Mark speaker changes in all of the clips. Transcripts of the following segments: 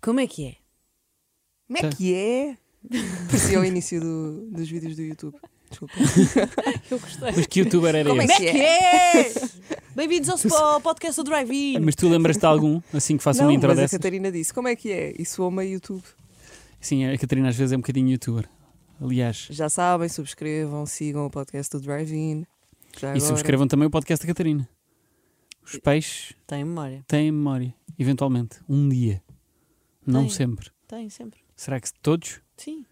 Speaker 1: Como é que é?
Speaker 2: Como é que é? Parecia ao início do- dos vídeos do
Speaker 3: É.
Speaker 2: YouTube. Desculpa.
Speaker 1: Eu gostei.
Speaker 3: Mas que youtuber era
Speaker 2: Como é
Speaker 3: esse?
Speaker 1: Como é
Speaker 2: que
Speaker 1: que é? Bem-vindos ao,
Speaker 3: Tu- Ah,
Speaker 1: ao podcast do Drive-In.
Speaker 3: É, Mas tu lembras-te de algum, assim que faço
Speaker 2: Não,
Speaker 3: uma intro
Speaker 2: mas
Speaker 3: dessa?
Speaker 2: a Catarina disse, como é que é? E soou meio YouTube.
Speaker 3: Sim, a Catarina às vezes é um bocadinho youtuber. Aliás.
Speaker 2: Já sabem, subscrevam, sigam o podcast do Drive-In. Já
Speaker 3: E
Speaker 2: agora.
Speaker 3: subscrevam também o podcast da Catarina. Os peixes
Speaker 1: Tem memória.
Speaker 3: têm memória, eventualmente. Um dia. Não
Speaker 1: Têm.
Speaker 3: sempre.
Speaker 1: Tem, sempre.
Speaker 3: Será que todos?
Speaker 1: Sim.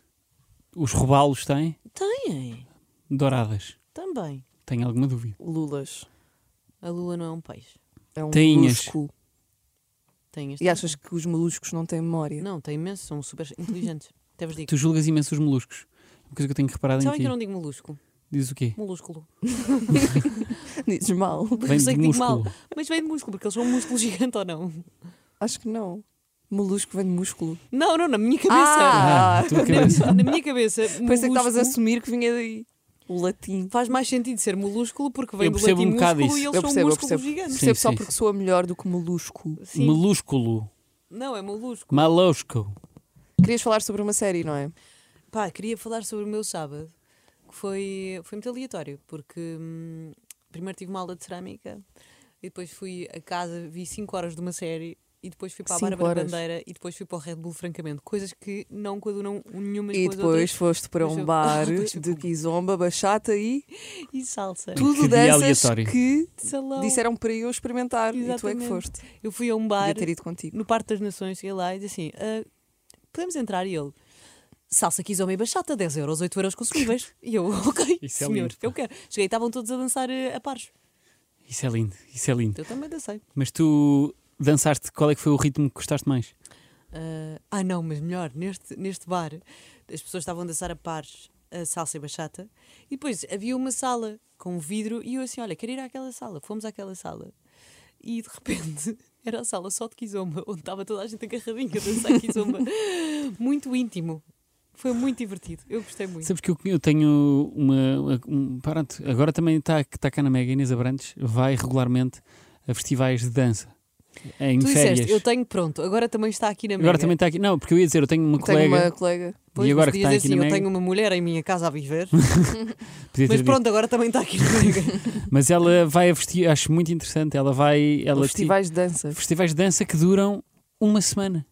Speaker 3: Os robalos têm?
Speaker 1: Tem.
Speaker 3: Douradas.
Speaker 1: Também.
Speaker 3: Tenho alguma dúvida.
Speaker 2: Lulas.
Speaker 1: A lua não é um peixe.
Speaker 2: É um
Speaker 3: Tainhas.
Speaker 2: molusco.
Speaker 1: Tem este
Speaker 2: E achas é? que os moluscos não têm memória?
Speaker 1: Não, tem imenso. São super inteligentes. Até vos digo.
Speaker 3: Tu julgas imenso os moluscos. É Uma coisa que eu tenho reparado em
Speaker 1: Sabem
Speaker 3: ti.
Speaker 1: Então que eu não digo molusco?
Speaker 3: Diz o quê?
Speaker 1: Molúsculo.
Speaker 2: Dizes mal.
Speaker 1: eu
Speaker 3: Vem
Speaker 1: sei
Speaker 3: de
Speaker 1: que digo mal.
Speaker 3: músculo.
Speaker 1: Mas vem de músculo, porque eles são um músculo gigante ou não?
Speaker 2: Acho que não. Molusco vem de músculo.
Speaker 1: Não, não, na minha cabeça.
Speaker 3: Ah,
Speaker 2: Ah,
Speaker 3: a tua cabeça.
Speaker 1: Na, na minha cabeça.
Speaker 2: Pensei que
Speaker 1: molusco
Speaker 2: estavas a assumir que vinha daí. O latim.
Speaker 1: Faz mais sentido ser molúsculo porque vem
Speaker 3: Eu
Speaker 1: do latim
Speaker 3: percebo um
Speaker 1: músculo
Speaker 3: bocado
Speaker 1: e
Speaker 3: isso.
Speaker 1: eles
Speaker 2: Eu
Speaker 1: são
Speaker 2: percebo, eu
Speaker 1: músculos
Speaker 2: percebo.
Speaker 1: gigantes.
Speaker 3: Sim,
Speaker 2: Percebo só
Speaker 3: sim.
Speaker 2: porque soa melhor do que molusco.
Speaker 1: Sim.
Speaker 3: Melúsculo.
Speaker 1: Não, é molusco.
Speaker 3: Malosco.
Speaker 2: Querias falar sobre uma série, não é?
Speaker 1: Pá, queria falar sobre o meu sábado, que foi, foi muito aleatório, porque hum, primeiro tive uma aula de cerâmica, e depois fui a casa, vi 5 horas de uma série, e depois fui para a
Speaker 2: Cinco
Speaker 1: Bárbara
Speaker 2: horas.
Speaker 1: Bandeira, e depois fui para o Red Bull, francamente. Coisas que não coadunam um nenhuma
Speaker 2: E
Speaker 1: com
Speaker 2: depois foste para
Speaker 1: Mas
Speaker 2: um
Speaker 1: eu-
Speaker 2: bar
Speaker 1: Depois fui
Speaker 2: de
Speaker 1: para um-
Speaker 2: guizomba, bachata e
Speaker 1: as outras. E salsa.
Speaker 2: tudo
Speaker 3: dia
Speaker 2: dessas
Speaker 3: aleatório.
Speaker 2: que
Speaker 1: De salão.
Speaker 2: disseram para eu experimentar. E tu é que
Speaker 1: Então, Exatamente.
Speaker 2: foste.
Speaker 1: Eu fui a um bar,
Speaker 2: Devia ter ido contigo.
Speaker 1: no Parque das Nações, cheguei lá e disse assim, "Ah, podemos entrar? E ele... Salsa quis homem bachata, 10 euros, 8 euros consumíveis. E eu, ok,
Speaker 3: Isso é
Speaker 1: senhor,
Speaker 3: lindo, pá.
Speaker 1: eu quero. Cheguei, estavam todos a dançar eh, a pares.
Speaker 3: Isso é lindo, isso é lindo.
Speaker 1: Eu também dancei.
Speaker 3: Mas tu dançaste, qual é que foi o ritmo que gostaste mais?
Speaker 1: Ah, ah, não, mas melhor, neste, neste bar as pessoas estavam a dançar a pares a salsa e bachata e depois havia uma sala com um vidro e eu assim, olha, quero ir àquela sala, fomos àquela sala e de repente era a sala só de Kizomba, onde estava toda a gente agarradinha a dançar Kizomba. muito íntimo. Foi muito divertido, eu gostei muito.
Speaker 3: Sabes que eu, eu tenho uma. Um, pronto, agora também está tá cá na Mega, Inês Abrantes vai regularmente a festivais de dança em
Speaker 1: Tu
Speaker 3: férias.
Speaker 1: disseste, eu tenho pronto, agora também está aqui na minha
Speaker 3: agora também está aqui. Não, porque eu ia dizer, eu tenho uma
Speaker 2: Tenho
Speaker 3: colega.
Speaker 2: uma colega.
Speaker 3: E agora que está aqui
Speaker 1: assim,
Speaker 3: na
Speaker 1: eu
Speaker 3: Mega,
Speaker 1: tenho uma mulher em minha casa a viver,
Speaker 3: podia
Speaker 1: mas
Speaker 3: ter dito.
Speaker 1: pronto, agora também está aqui na Mega.
Speaker 3: Mas ela vai a festi... acho muito interessante. Ela vai. Ela
Speaker 2: Festivais de dança.
Speaker 3: ti- festivais de dança que duram uma semana.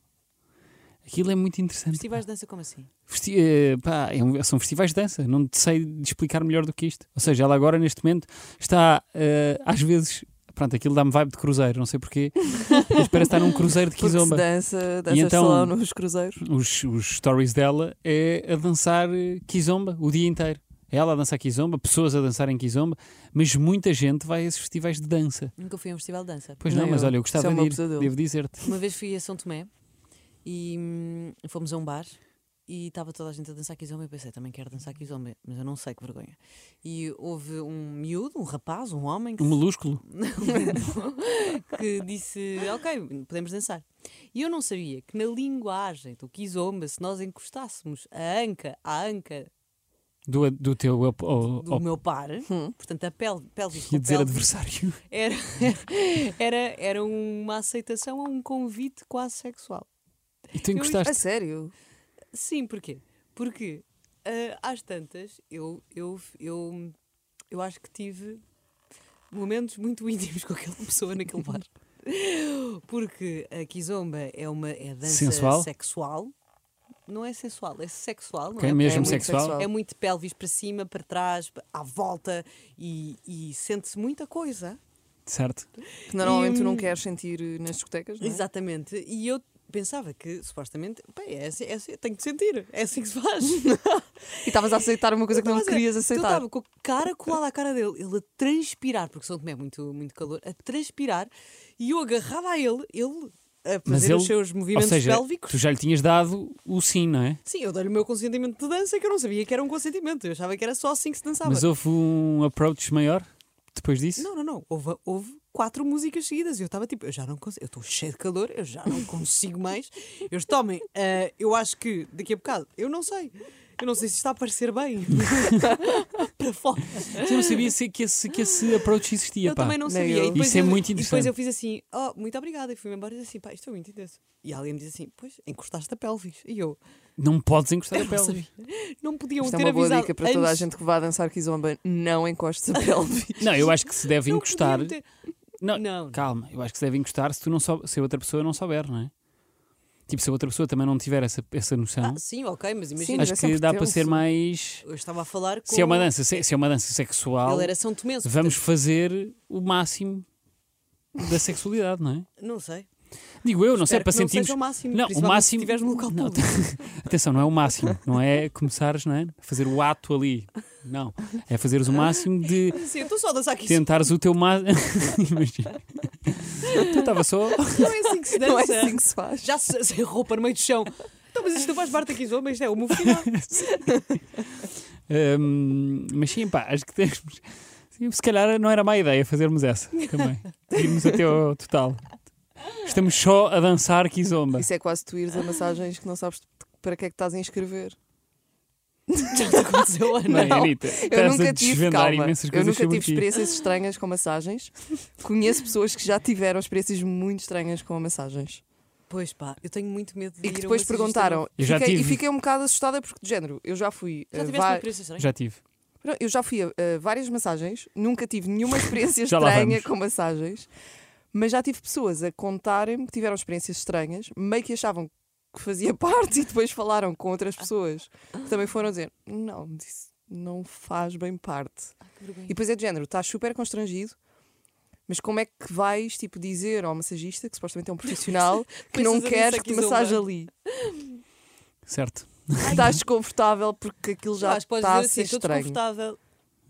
Speaker 3: Aquilo é muito interessante.
Speaker 1: Festivais de dança como assim?
Speaker 3: Festi- eh, pá, é um- são festivais de dança, não te sei de explicar melhor do que isto. Ou seja, ela agora neste momento está eh, às vezes. Pronto, aquilo dá-me vibe de cruzeiro, não sei porquê, mas parece estar num cruzeiro de
Speaker 2: Porque se
Speaker 3: Kizomba.
Speaker 2: dança, dança
Speaker 3: então-
Speaker 2: salão nos cruzeiros.
Speaker 3: Os, os stories dela é a dançar eh, Kizomba o dia inteiro. É Ela a dançar Kizomba, pessoas a dançarem Kizomba, mas muita gente vai a esses festivais de dança.
Speaker 1: Nunca fui a um festival de dança.
Speaker 3: Pois não,
Speaker 2: Não,
Speaker 3: mas
Speaker 2: eu-
Speaker 3: olha, eu
Speaker 2: isso é o
Speaker 3: gostava
Speaker 2: meu
Speaker 3: de ir,
Speaker 2: pesadelo.
Speaker 3: devo dizer-te.
Speaker 1: Uma vez fui a São Tomé e hum, fomos a um bar e estava toda a gente a dançar kizomba. Eu pensei, também quero dançar kizomba, mas eu não sei, que vergonha. E houve um miúdo, um rapaz, um homem que,
Speaker 3: Um molúsculo.
Speaker 1: que disse, ok, podemos dançar. E eu não sabia que na linguagem do kizomba, se nós encostássemos a anca, à anca
Speaker 3: Do, do teu. op- o-
Speaker 1: do
Speaker 3: op-
Speaker 1: meu par,
Speaker 2: Hum.
Speaker 1: portanto a pel, pelvis com
Speaker 3: Oh. ia dizer
Speaker 1: pelvis,
Speaker 3: adversário.
Speaker 1: era, era, era uma aceitação a um convite quase sexual.
Speaker 3: E tu
Speaker 1: Eu-
Speaker 2: A
Speaker 3: encostaste.
Speaker 2: sério?
Speaker 1: Sim, porquê? Porque ah, às tantas eu, eu, eu, eu acho que tive momentos muito íntimos com aquela pessoa naquele bar. Porque a Kizomba é uma é dança
Speaker 3: Sensual?
Speaker 1: sexual. Não é sensual, é sexual, não
Speaker 3: Ok,
Speaker 1: é?
Speaker 3: mesmo
Speaker 2: muito
Speaker 3: sexual.
Speaker 2: sexual.
Speaker 1: É muito pelvis para cima, para trás, à volta e, e sente-se muita coisa.
Speaker 3: Certo.
Speaker 2: Que normalmente
Speaker 1: E,
Speaker 2: tu não
Speaker 1: hum,
Speaker 2: queres sentir eh, nas discotecas, não é?
Speaker 1: Exatamente. E eu pensava que supostamente, bem, é, assim- é, assim- tenho que sentir, é assim que se faz.
Speaker 2: E estavas a aceitar uma coisa
Speaker 1: Eu
Speaker 2: que não
Speaker 1: tava a dizer,
Speaker 2: querias
Speaker 1: Eu
Speaker 2: aceitar.
Speaker 1: é, então estava com a cara colada à cara dele, ele a transpirar, porque São Tomé é muito, muito calor, a transpirar, e eu agarrava a ele, ele a
Speaker 3: Mas
Speaker 1: fazer
Speaker 3: ele-
Speaker 1: os seus
Speaker 3: Ou
Speaker 1: movimentos
Speaker 3: seja,
Speaker 1: pélvicos.
Speaker 3: tu já lhe tinhas dado o sim, não é?
Speaker 1: Sim, eu dei-lhe o meu consentimento de dança, que eu não sabia que era um consentimento, eu achava que era só assim que se dançava.
Speaker 3: Mas houve um approach maior depois disso?
Speaker 1: Não, não, não, houve, houve quatro músicas seguidas, e eu estava tipo, eu já não consigo, eu estou cheio de calor, eh, eu já não consigo mais, eu estou, homem, ah, eu acho que daqui a bocado, eu não sei. Eu não sei se está a parecer bem. Para fora.
Speaker 3: Eu não sabia se, que, esse, que esse approach existia.
Speaker 1: eu
Speaker 3: pá.
Speaker 1: também não
Speaker 2: Nem
Speaker 1: sabia.
Speaker 2: eu.
Speaker 1: E depois
Speaker 3: Isso é
Speaker 1: eu-
Speaker 3: muito
Speaker 1: e depois eu
Speaker 3: interessante.
Speaker 1: fiz assim, oh, muito obrigada. E fui-me embora e disse assim, pá, isto é muito intenso. E alguém me disse assim, pois, encostaste a pelvis. E eu,
Speaker 3: Não podes encostar
Speaker 1: eu
Speaker 3: a
Speaker 1: não
Speaker 3: pele.
Speaker 1: sabia. Não podiam
Speaker 2: Isto é
Speaker 1: ter
Speaker 2: uma boa
Speaker 1: avisado
Speaker 2: dica para toda a
Speaker 1: antes.
Speaker 2: gente que vá dançar Kizomba. Não encoste a pelvis.
Speaker 3: Não, eu acho que se deve
Speaker 1: Não
Speaker 3: encostar.
Speaker 1: podiam ter-
Speaker 3: Não,
Speaker 1: Não,
Speaker 3: Calma, eu acho que se deve encostar se, tu não sou... se a outra pessoa não souber, não é? Tipo, se a outra pessoa também não tiver essa, essa noção,
Speaker 1: Ah, sim, ok, mas
Speaker 2: Sim,
Speaker 1: imagina.
Speaker 3: acho
Speaker 2: mas é sempre
Speaker 3: que dá para
Speaker 2: tenso.
Speaker 3: ser mais.
Speaker 1: Eu estava a falar com.
Speaker 3: Se é uma dança, se se é uma dança sexual,
Speaker 1: Ele era São Tomense.
Speaker 3: vamos fazer o máximo da sexualidade, não é?
Speaker 1: portanto, não sei.
Speaker 3: Digo eu, não sei,
Speaker 1: Espero
Speaker 3: é para
Speaker 1: que não
Speaker 3: sentirmos.
Speaker 1: seja o máximo.
Speaker 3: Não, o
Speaker 1: principalmente
Speaker 3: máximo-
Speaker 1: Se estiveres no local
Speaker 3: Não,
Speaker 1: público.
Speaker 3: Atenção, não é o máximo, não é começares, não é? Fazer o ato ali. Não. É fazeres o máximo de
Speaker 1: Assim, eu estou só a dançar aqui.
Speaker 3: tentares o teu máximo. Imagina. Tu estava só.
Speaker 1: Não é assim que se dança.
Speaker 2: Não é assim que se faz.
Speaker 1: Já se- sem roupa no meio do chão. Então, mas isto não faz parte aqui, mas isto é o meu final.
Speaker 3: Hum, mas sim, pá, acho que temos. sim, Se calhar não era má ideia fazermos essa também. Irmos até ao total. Estamos só a dançar Kizomba.
Speaker 2: Isso é quase tu ires a massagens que não sabes para que é que estás a inscrever.
Speaker 1: Já te aconteceu,
Speaker 3: Não,
Speaker 1: Ana.
Speaker 3: é, Anitta,
Speaker 2: Eu
Speaker 3: estás a
Speaker 2: nunca tive
Speaker 3: desvendar
Speaker 2: calma.
Speaker 3: imensas
Speaker 2: Eu
Speaker 3: coisas
Speaker 2: nunca tive
Speaker 3: sobre ti.
Speaker 2: experiências estranhas com massagens. Conheço pessoas que já tiveram experiências muito estranhas com massagens.
Speaker 1: Pois pá, eu tenho muito medo de ir
Speaker 2: E que
Speaker 1: a um
Speaker 2: depois
Speaker 1: uma
Speaker 2: perguntaram.
Speaker 3: Eu já
Speaker 2: fiquei-
Speaker 3: tive.
Speaker 2: E fiquei um bocado assustada porque, de género, eu já fui.
Speaker 1: sessão- Já
Speaker 2: a
Speaker 1: tiveste uma
Speaker 2: va-
Speaker 1: experiência estranha?
Speaker 3: Já tive.
Speaker 2: Não, Eu já fui a, a várias massagens, nunca tive nenhuma experiência
Speaker 3: Já lá
Speaker 2: estranha
Speaker 3: vamos.
Speaker 2: com massagens, mas já tive pessoas a contarem-me que tiveram experiências estranhas, meio que achavam que fazia parte e depois falaram com outras pessoas que também foram dizer: Não, isso não faz bem parte.
Speaker 1: Que
Speaker 2: E
Speaker 1: vergonha.
Speaker 2: depois é de género, estás super constrangido. Mas como é que vais tipo, dizer ao massagista, que supostamente é um profissional, que não
Speaker 1: Pensas a
Speaker 2: quer
Speaker 1: disso
Speaker 2: que te
Speaker 1: aqui,
Speaker 2: massage
Speaker 1: Zumba.
Speaker 2: ali?
Speaker 3: Certo.
Speaker 2: Estás desconfortável porque aquilo
Speaker 1: Eu
Speaker 2: já
Speaker 1: acho que podes
Speaker 2: está a
Speaker 1: dizer assim,
Speaker 2: ser
Speaker 1: estou
Speaker 2: estranho.
Speaker 1: desconfortável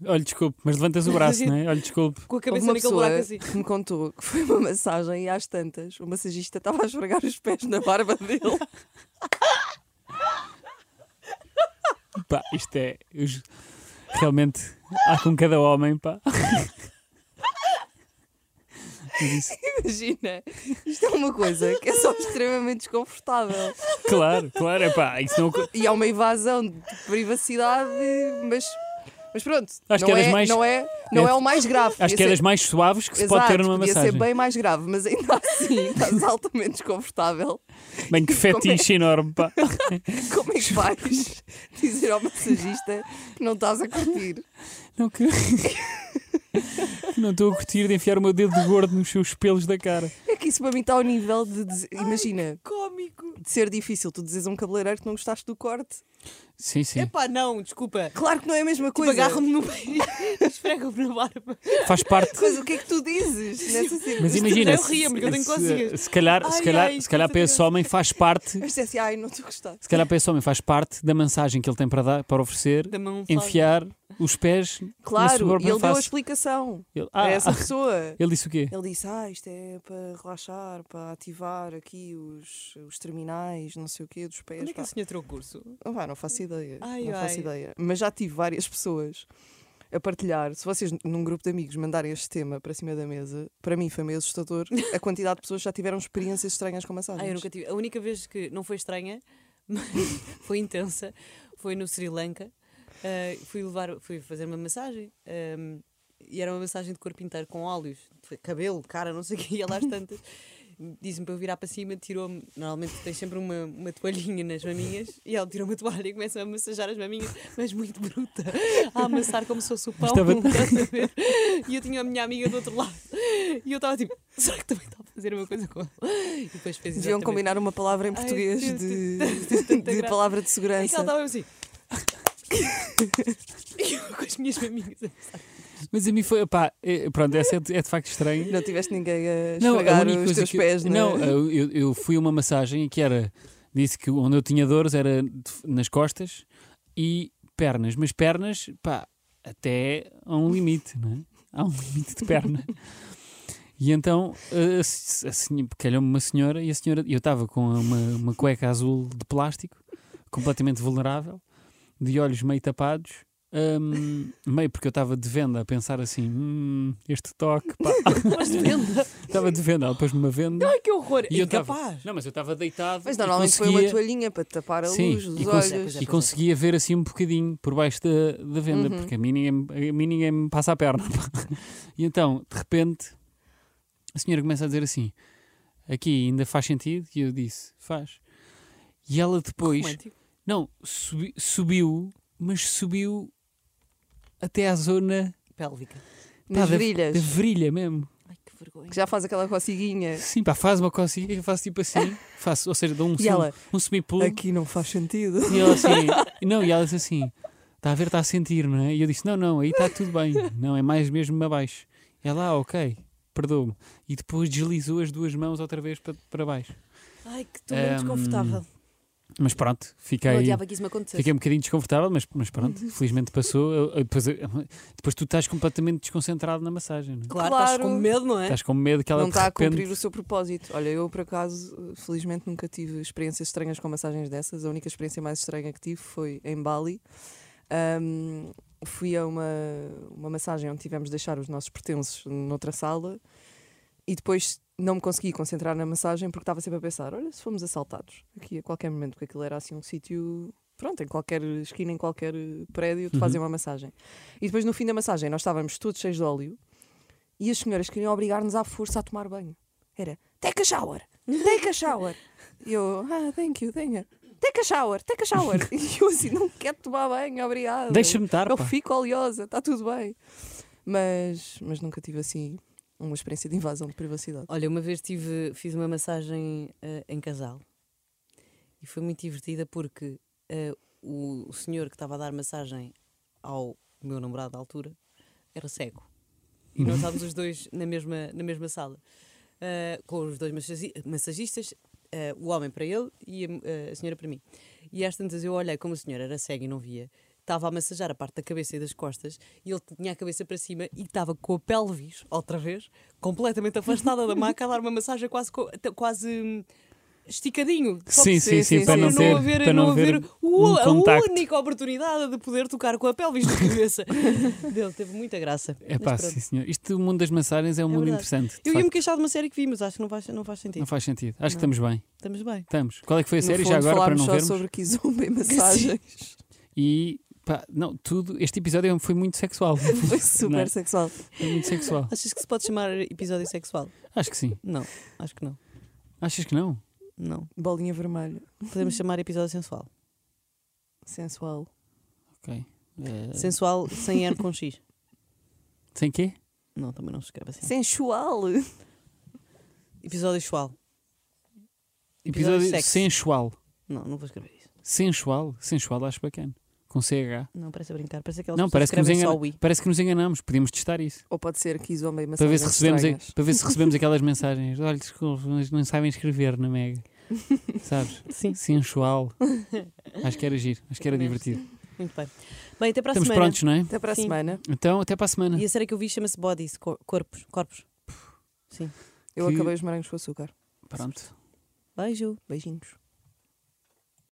Speaker 3: Olha, desculpe, mas levantas o braço, não é? Olha, desculpe.
Speaker 1: com a
Speaker 2: Houve
Speaker 1: cabeça
Speaker 2: uma
Speaker 1: naquele
Speaker 2: pessoa
Speaker 1: buraco assim.
Speaker 2: que me contou que foi uma massagem e às tantas o massagista estava a esfregar os pés na barba dele.
Speaker 3: Pá, isto é. eu ju- Realmente, há com cada homem, pá. Mas isso,
Speaker 2: Imagina, isto é uma coisa que é só extremamente desconfortável.
Speaker 3: claro, claro, é pá. Isso não, acon-
Speaker 2: E há uma invasão de privacidade, mas, mas pronto,
Speaker 3: Acho
Speaker 2: não,
Speaker 3: que é das
Speaker 2: é,
Speaker 3: mais-
Speaker 2: não, é, não é o mais grave.
Speaker 3: acho
Speaker 2: Podia
Speaker 3: que é
Speaker 2: ser-
Speaker 3: das mais suaves que se
Speaker 2: Exato,
Speaker 3: pode ter numa
Speaker 2: podia
Speaker 3: massagem.
Speaker 2: ser bem mais grave, mas ainda assim estás altamente desconfortável.
Speaker 3: Bem, que
Speaker 2: é
Speaker 3: fetiche enorme, pá.
Speaker 2: Como é que vais dizer ao massagista que não estás a curtir?
Speaker 3: Não que. Não estou a curtir de enfiar o meu dedo de gordo nos seus pelos da cara.
Speaker 2: É que isso para mim está ao nível de. dizer- Imagina,
Speaker 1: Cómico.
Speaker 2: de ser difícil tu dizes a um cabeleireiro que não gostaste do corte.
Speaker 3: Sim,
Speaker 2: É
Speaker 3: sim.
Speaker 1: Epá, não, desculpa.
Speaker 2: Claro que não é a mesma
Speaker 1: Tipo,
Speaker 2: coisa.
Speaker 1: agarram-me no meio e esfregam-me na barba.
Speaker 3: Faz parte.
Speaker 2: Mas o que é que tu dizes nessa circunstância?
Speaker 3: Mas imagina.
Speaker 2: é
Speaker 1: Eu ria, porque eu tenho
Speaker 3: se-
Speaker 1: cócegas.
Speaker 3: Se calhar,
Speaker 1: Ai,
Speaker 3: se calhar,
Speaker 1: ai,
Speaker 3: se calhar para esse homem faz parte.
Speaker 2: Mas é assim, ai, não estou a gostar.
Speaker 3: Se calhar para esse homem faz parte da mensagem que ele tem para dar, para oferecer,
Speaker 1: Da mão
Speaker 3: enfiar os pés na
Speaker 2: Claro,
Speaker 3: sua
Speaker 2: e ele deu a
Speaker 3: face.
Speaker 2: explicação
Speaker 3: Ele,
Speaker 2: a
Speaker 3: ah,
Speaker 2: essa
Speaker 3: ah,
Speaker 2: pessoa.
Speaker 3: ele disse o quê?
Speaker 2: Ele disse, ah, isto é para relaxar, para ativar aqui os, os terminais, não sei o quê, dos pés.
Speaker 1: Onde é que
Speaker 2: pá."
Speaker 1: a senhora tirou o curso?
Speaker 2: Ah, pá, não faço ideia.
Speaker 1: Ai,
Speaker 2: não
Speaker 1: ai.
Speaker 2: faço ideia. Mas já tive várias pessoas a partilhar. Se vocês, num grupo de amigos, mandarem este tema para cima da mesa, para mim foi meio assustador a quantidade de pessoas que já tiveram experiências estranhas com massagens.
Speaker 1: Ah, eu nunca tive. A única vez que não foi estranha, mas foi intensa, foi no Sri Lanka. Ah, fui levar, fui fazer uma massagem ahm, e era uma massagem de corpo inteiro com óleos, de cabelo, cara, não sei o que, e ela às tantas. Disse-me para eu virar para cima, tirou-me. Normalmente tens sempre uma, uma toalhinha nas maminhas e ela tirou uma toalha e começa a massajar as maminhas, mas muito bruta, a amassar como se fosse o pão.
Speaker 3: Estava-
Speaker 1: estás a ver? E eu tinha a minha amiga do outro lado e eu estava tipo, será que também está a fazer uma coisa com ela? E depois fez
Speaker 2: Deviam
Speaker 1: exatamente-
Speaker 2: combinar uma palavra em
Speaker 1: Ai,
Speaker 2: português
Speaker 1: teve-
Speaker 2: de,
Speaker 1: teve tanta
Speaker 2: de
Speaker 1: graça.
Speaker 2: palavra de
Speaker 1: É que ela
Speaker 2: segurança.
Speaker 1: estava assim. E eu assim. com as minhas maminhas.
Speaker 3: Mas a mim foi, pá, eh, pronto, essa é de, é de facto estranha.
Speaker 2: Não tiveste ninguém a
Speaker 3: Não, a
Speaker 2: esfregar
Speaker 3: única
Speaker 2: os
Speaker 3: coisa
Speaker 2: teus
Speaker 3: que eu-
Speaker 2: pés,
Speaker 3: não,
Speaker 2: né?
Speaker 3: eu, eu- eu fui a uma massagem que era, disse que onde eu tinha dores era de- nas costas e pernas, mas pernas, pá, até há um limite, não é? Há um limite de perna. E então, a, se- a, senho- calhou-me uma senhora e a senhora, eu estava com uma, uma cueca azul de plástico, completamente vulnerável, de olhos meio tapados Ahm, meio porque eu estava de venda a pensar assim, "Hum, este toque, pá."
Speaker 1: Mas de venda.
Speaker 3: Estava de venda, ela pôs-me uma venda.
Speaker 1: Ai, que horror.
Speaker 3: E eu tava-
Speaker 1: Incapaz.
Speaker 3: Não, mas eu estava
Speaker 2: é
Speaker 3: deitado.
Speaker 2: Mas
Speaker 3: e
Speaker 2: normalmente foi uma
Speaker 3: conseguia-
Speaker 2: toalhinha para tapar a
Speaker 3: Sim,
Speaker 2: luz, os olhos.
Speaker 3: e cons-
Speaker 1: Pois é,
Speaker 3: E
Speaker 1: pois é.
Speaker 3: conseguia ver assim um bocadinho por baixo da, da venda,
Speaker 2: Uhum.
Speaker 3: porque a mim, ninguém, a mim ninguém me passa a perna. pá. E então, de repente, a senhora começa a dizer assim: aqui ainda faz sentido? E eu disse: faz. E ela depois,
Speaker 1: Romântico.
Speaker 3: não, subi- subiu, mas subiu até à zona
Speaker 1: Pélvica.
Speaker 3: pá,
Speaker 2: Nas
Speaker 3: da-
Speaker 2: virilhas.
Speaker 3: da virilha mesmo.
Speaker 1: Ai, que vergonha.
Speaker 2: Que já faz aquela coceguinha.
Speaker 3: Sim, pá, faz uma coceguinha, eu faço tipo assim, faço, ou seja, dou um,
Speaker 2: E
Speaker 3: semi-
Speaker 2: ela,
Speaker 3: um semi-pulo
Speaker 2: Aqui não faz sentido.
Speaker 3: e ela assim, não, e ela disse assim, está a ver, está a sentir, não é? E eu disse, não, não, aí está tudo bem, não, é mais mesmo abaixo. Ela, ah, ok, perdoa-me. E depois deslizou as duas mãos outra vez para, para baixo.
Speaker 1: Ai, que estou muito
Speaker 3: Ahm,
Speaker 1: desconfortável.
Speaker 3: Mas pronto,
Speaker 1: Eu
Speaker 3: fiquei,
Speaker 1: odiava é que isso Uhum. me acontecesse.
Speaker 3: fiquei um bocadinho desconfortável, mas, mas pronto, felizmente passou. Eu- eu- depois, eu- depois tu estás completamente desconcentrado na massagem, não é?
Speaker 1: Claro,
Speaker 2: Claro.
Speaker 1: estás com medo, não é?
Speaker 3: Estás com medo que ela
Speaker 2: não
Speaker 3: de
Speaker 2: está a
Speaker 3: repente-
Speaker 2: cumprir o seu propósito. Olha, eu por acaso, felizmente, nunca tive experiências estranhas com massagens dessas. A única experiência mais estranha que tive foi em Bali. Ahm, fui a uma, uma massagem onde tivemos de deixar os nossos pertences noutra sala e depois não me consegui concentrar na massagem porque estava sempre a pensar: olha, se fomos assaltados aqui a qualquer momento, porque aquilo era assim um sítio. Pronto, em qualquer esquina, em qualquer prédio, te
Speaker 3: Uhum.
Speaker 2: fazem uma massagem. E depois, no fim da massagem, nós estávamos todos cheios de óleo e as senhoras queriam obrigar-nos à força a tomar banho. Era take a shower, take a shower. E eu, ah, thank you, thank you. Take a shower, take a shower. E eu assim, não quero tomar banho, obrigada.
Speaker 3: Deixa-me estar,
Speaker 2: Eu
Speaker 3: pá.
Speaker 2: fico oleosa, está tudo bem. Mas, mas nunca tive assim uma experiência de invasão de privacidade.
Speaker 1: Olha, uma vez tive, fiz uma massagem eh, em casal e foi muito divertida porque eh, o, o senhor que estava a dar massagem ao meu namorado à altura era cego. E nós estávamos os dois na mesma, na mesma sala eh, com os dois massagi- massagistas, eh, o homem para ele e a, eh, a senhora para mim. E às tantas eu olhei como a senhora era cega e não via. Estava a massajar a parte da cabeça e das costas e ele tinha a cabeça para cima e estava com a pelvis, outra vez, completamente afastada da maca, a dar uma massagem quase, co- até- quase hum, esticadinho. só
Speaker 3: Sim,
Speaker 2: Sim,
Speaker 3: sim, sim,
Speaker 2: sim,
Speaker 3: para
Speaker 2: sim.
Speaker 3: não
Speaker 2: Para
Speaker 3: ter,
Speaker 1: não haver,
Speaker 3: para
Speaker 1: não
Speaker 3: não
Speaker 1: haver
Speaker 3: haver
Speaker 1: o-
Speaker 3: um
Speaker 1: a
Speaker 3: contacto.
Speaker 1: única oportunidade de poder tocar com a pelvis na cabeça. Dele teve muita graça.
Speaker 3: É
Speaker 1: Mas
Speaker 3: pá,
Speaker 1: pronto.
Speaker 3: sim senhor. Isto do mundo das massagens é um
Speaker 1: É
Speaker 3: mundo
Speaker 1: verdade.
Speaker 3: interessante. de
Speaker 1: Eu ia-me
Speaker 3: facto.
Speaker 1: queixar de uma série que vi, mas acho que não faz, não faz sentido.
Speaker 3: Não faz sentido. Acho que estamos bem.
Speaker 1: Estamos bem.
Speaker 3: Estamos. Qual é que foi a
Speaker 2: No
Speaker 3: série
Speaker 2: fundo,
Speaker 3: já agora para
Speaker 2: falámos
Speaker 3: não
Speaker 2: só
Speaker 3: vermos?
Speaker 2: sobre Kizomba e massagens.
Speaker 3: E pá, não, tudo. Este episódio é um, foi muito sexual.
Speaker 2: Foi super
Speaker 3: Não é?
Speaker 2: sexual.
Speaker 3: Foi muito sexual.
Speaker 1: Achas que se pode chamar episódio sexual?
Speaker 3: Acho que sim.
Speaker 1: Não, acho que não.
Speaker 3: Achas que não?
Speaker 1: Não.
Speaker 2: Bolinha vermelha,
Speaker 1: Podemos chamar episódio sensual.
Speaker 2: sensual.
Speaker 3: Ok. Eh,
Speaker 1: Sensual sem R com X.
Speaker 3: Sem quê?
Speaker 1: Não, também não se escreve assim.
Speaker 2: Sensual.
Speaker 1: Episódio sexual.
Speaker 3: Episódio,
Speaker 1: sexo.
Speaker 3: sensual.
Speaker 1: Não, não vou escrever isso.
Speaker 3: Sensual. Sensual acho bacana. Com CH.
Speaker 1: Não, parece a brincar. Parece aquelas
Speaker 3: Não,
Speaker 1: pessoas
Speaker 3: parece que, nos
Speaker 1: escrevem
Speaker 3: engana-
Speaker 1: só Wii.
Speaker 3: parece que nos enganamos. Podíamos testar isso.
Speaker 2: Ou pode ser Kizomba e
Speaker 3: Para ver,
Speaker 2: massagens
Speaker 3: se recebemos,
Speaker 2: estranhas.
Speaker 3: para ver se recebemos aquelas mensagens. Olha, desculpa, mas não sabem escrever na Mega. Sabes?
Speaker 1: Sim,
Speaker 3: Sensual. Acho que era giro. Acho que era
Speaker 1: Também acho
Speaker 3: divertido.
Speaker 1: muito bem. Bem, até para a
Speaker 3: Estamos
Speaker 1: semana.
Speaker 3: prontos, não é?
Speaker 2: Até para a
Speaker 1: Sim.
Speaker 2: semana.
Speaker 3: Então, até para a semana.
Speaker 1: E a série que eu vi chama-se Bodies, cor- corpos. corpos.
Speaker 2: Eu
Speaker 3: Que-
Speaker 2: acabei os morangos com açúcar.
Speaker 3: Pronto.
Speaker 1: Beijo.
Speaker 2: Beijinhos.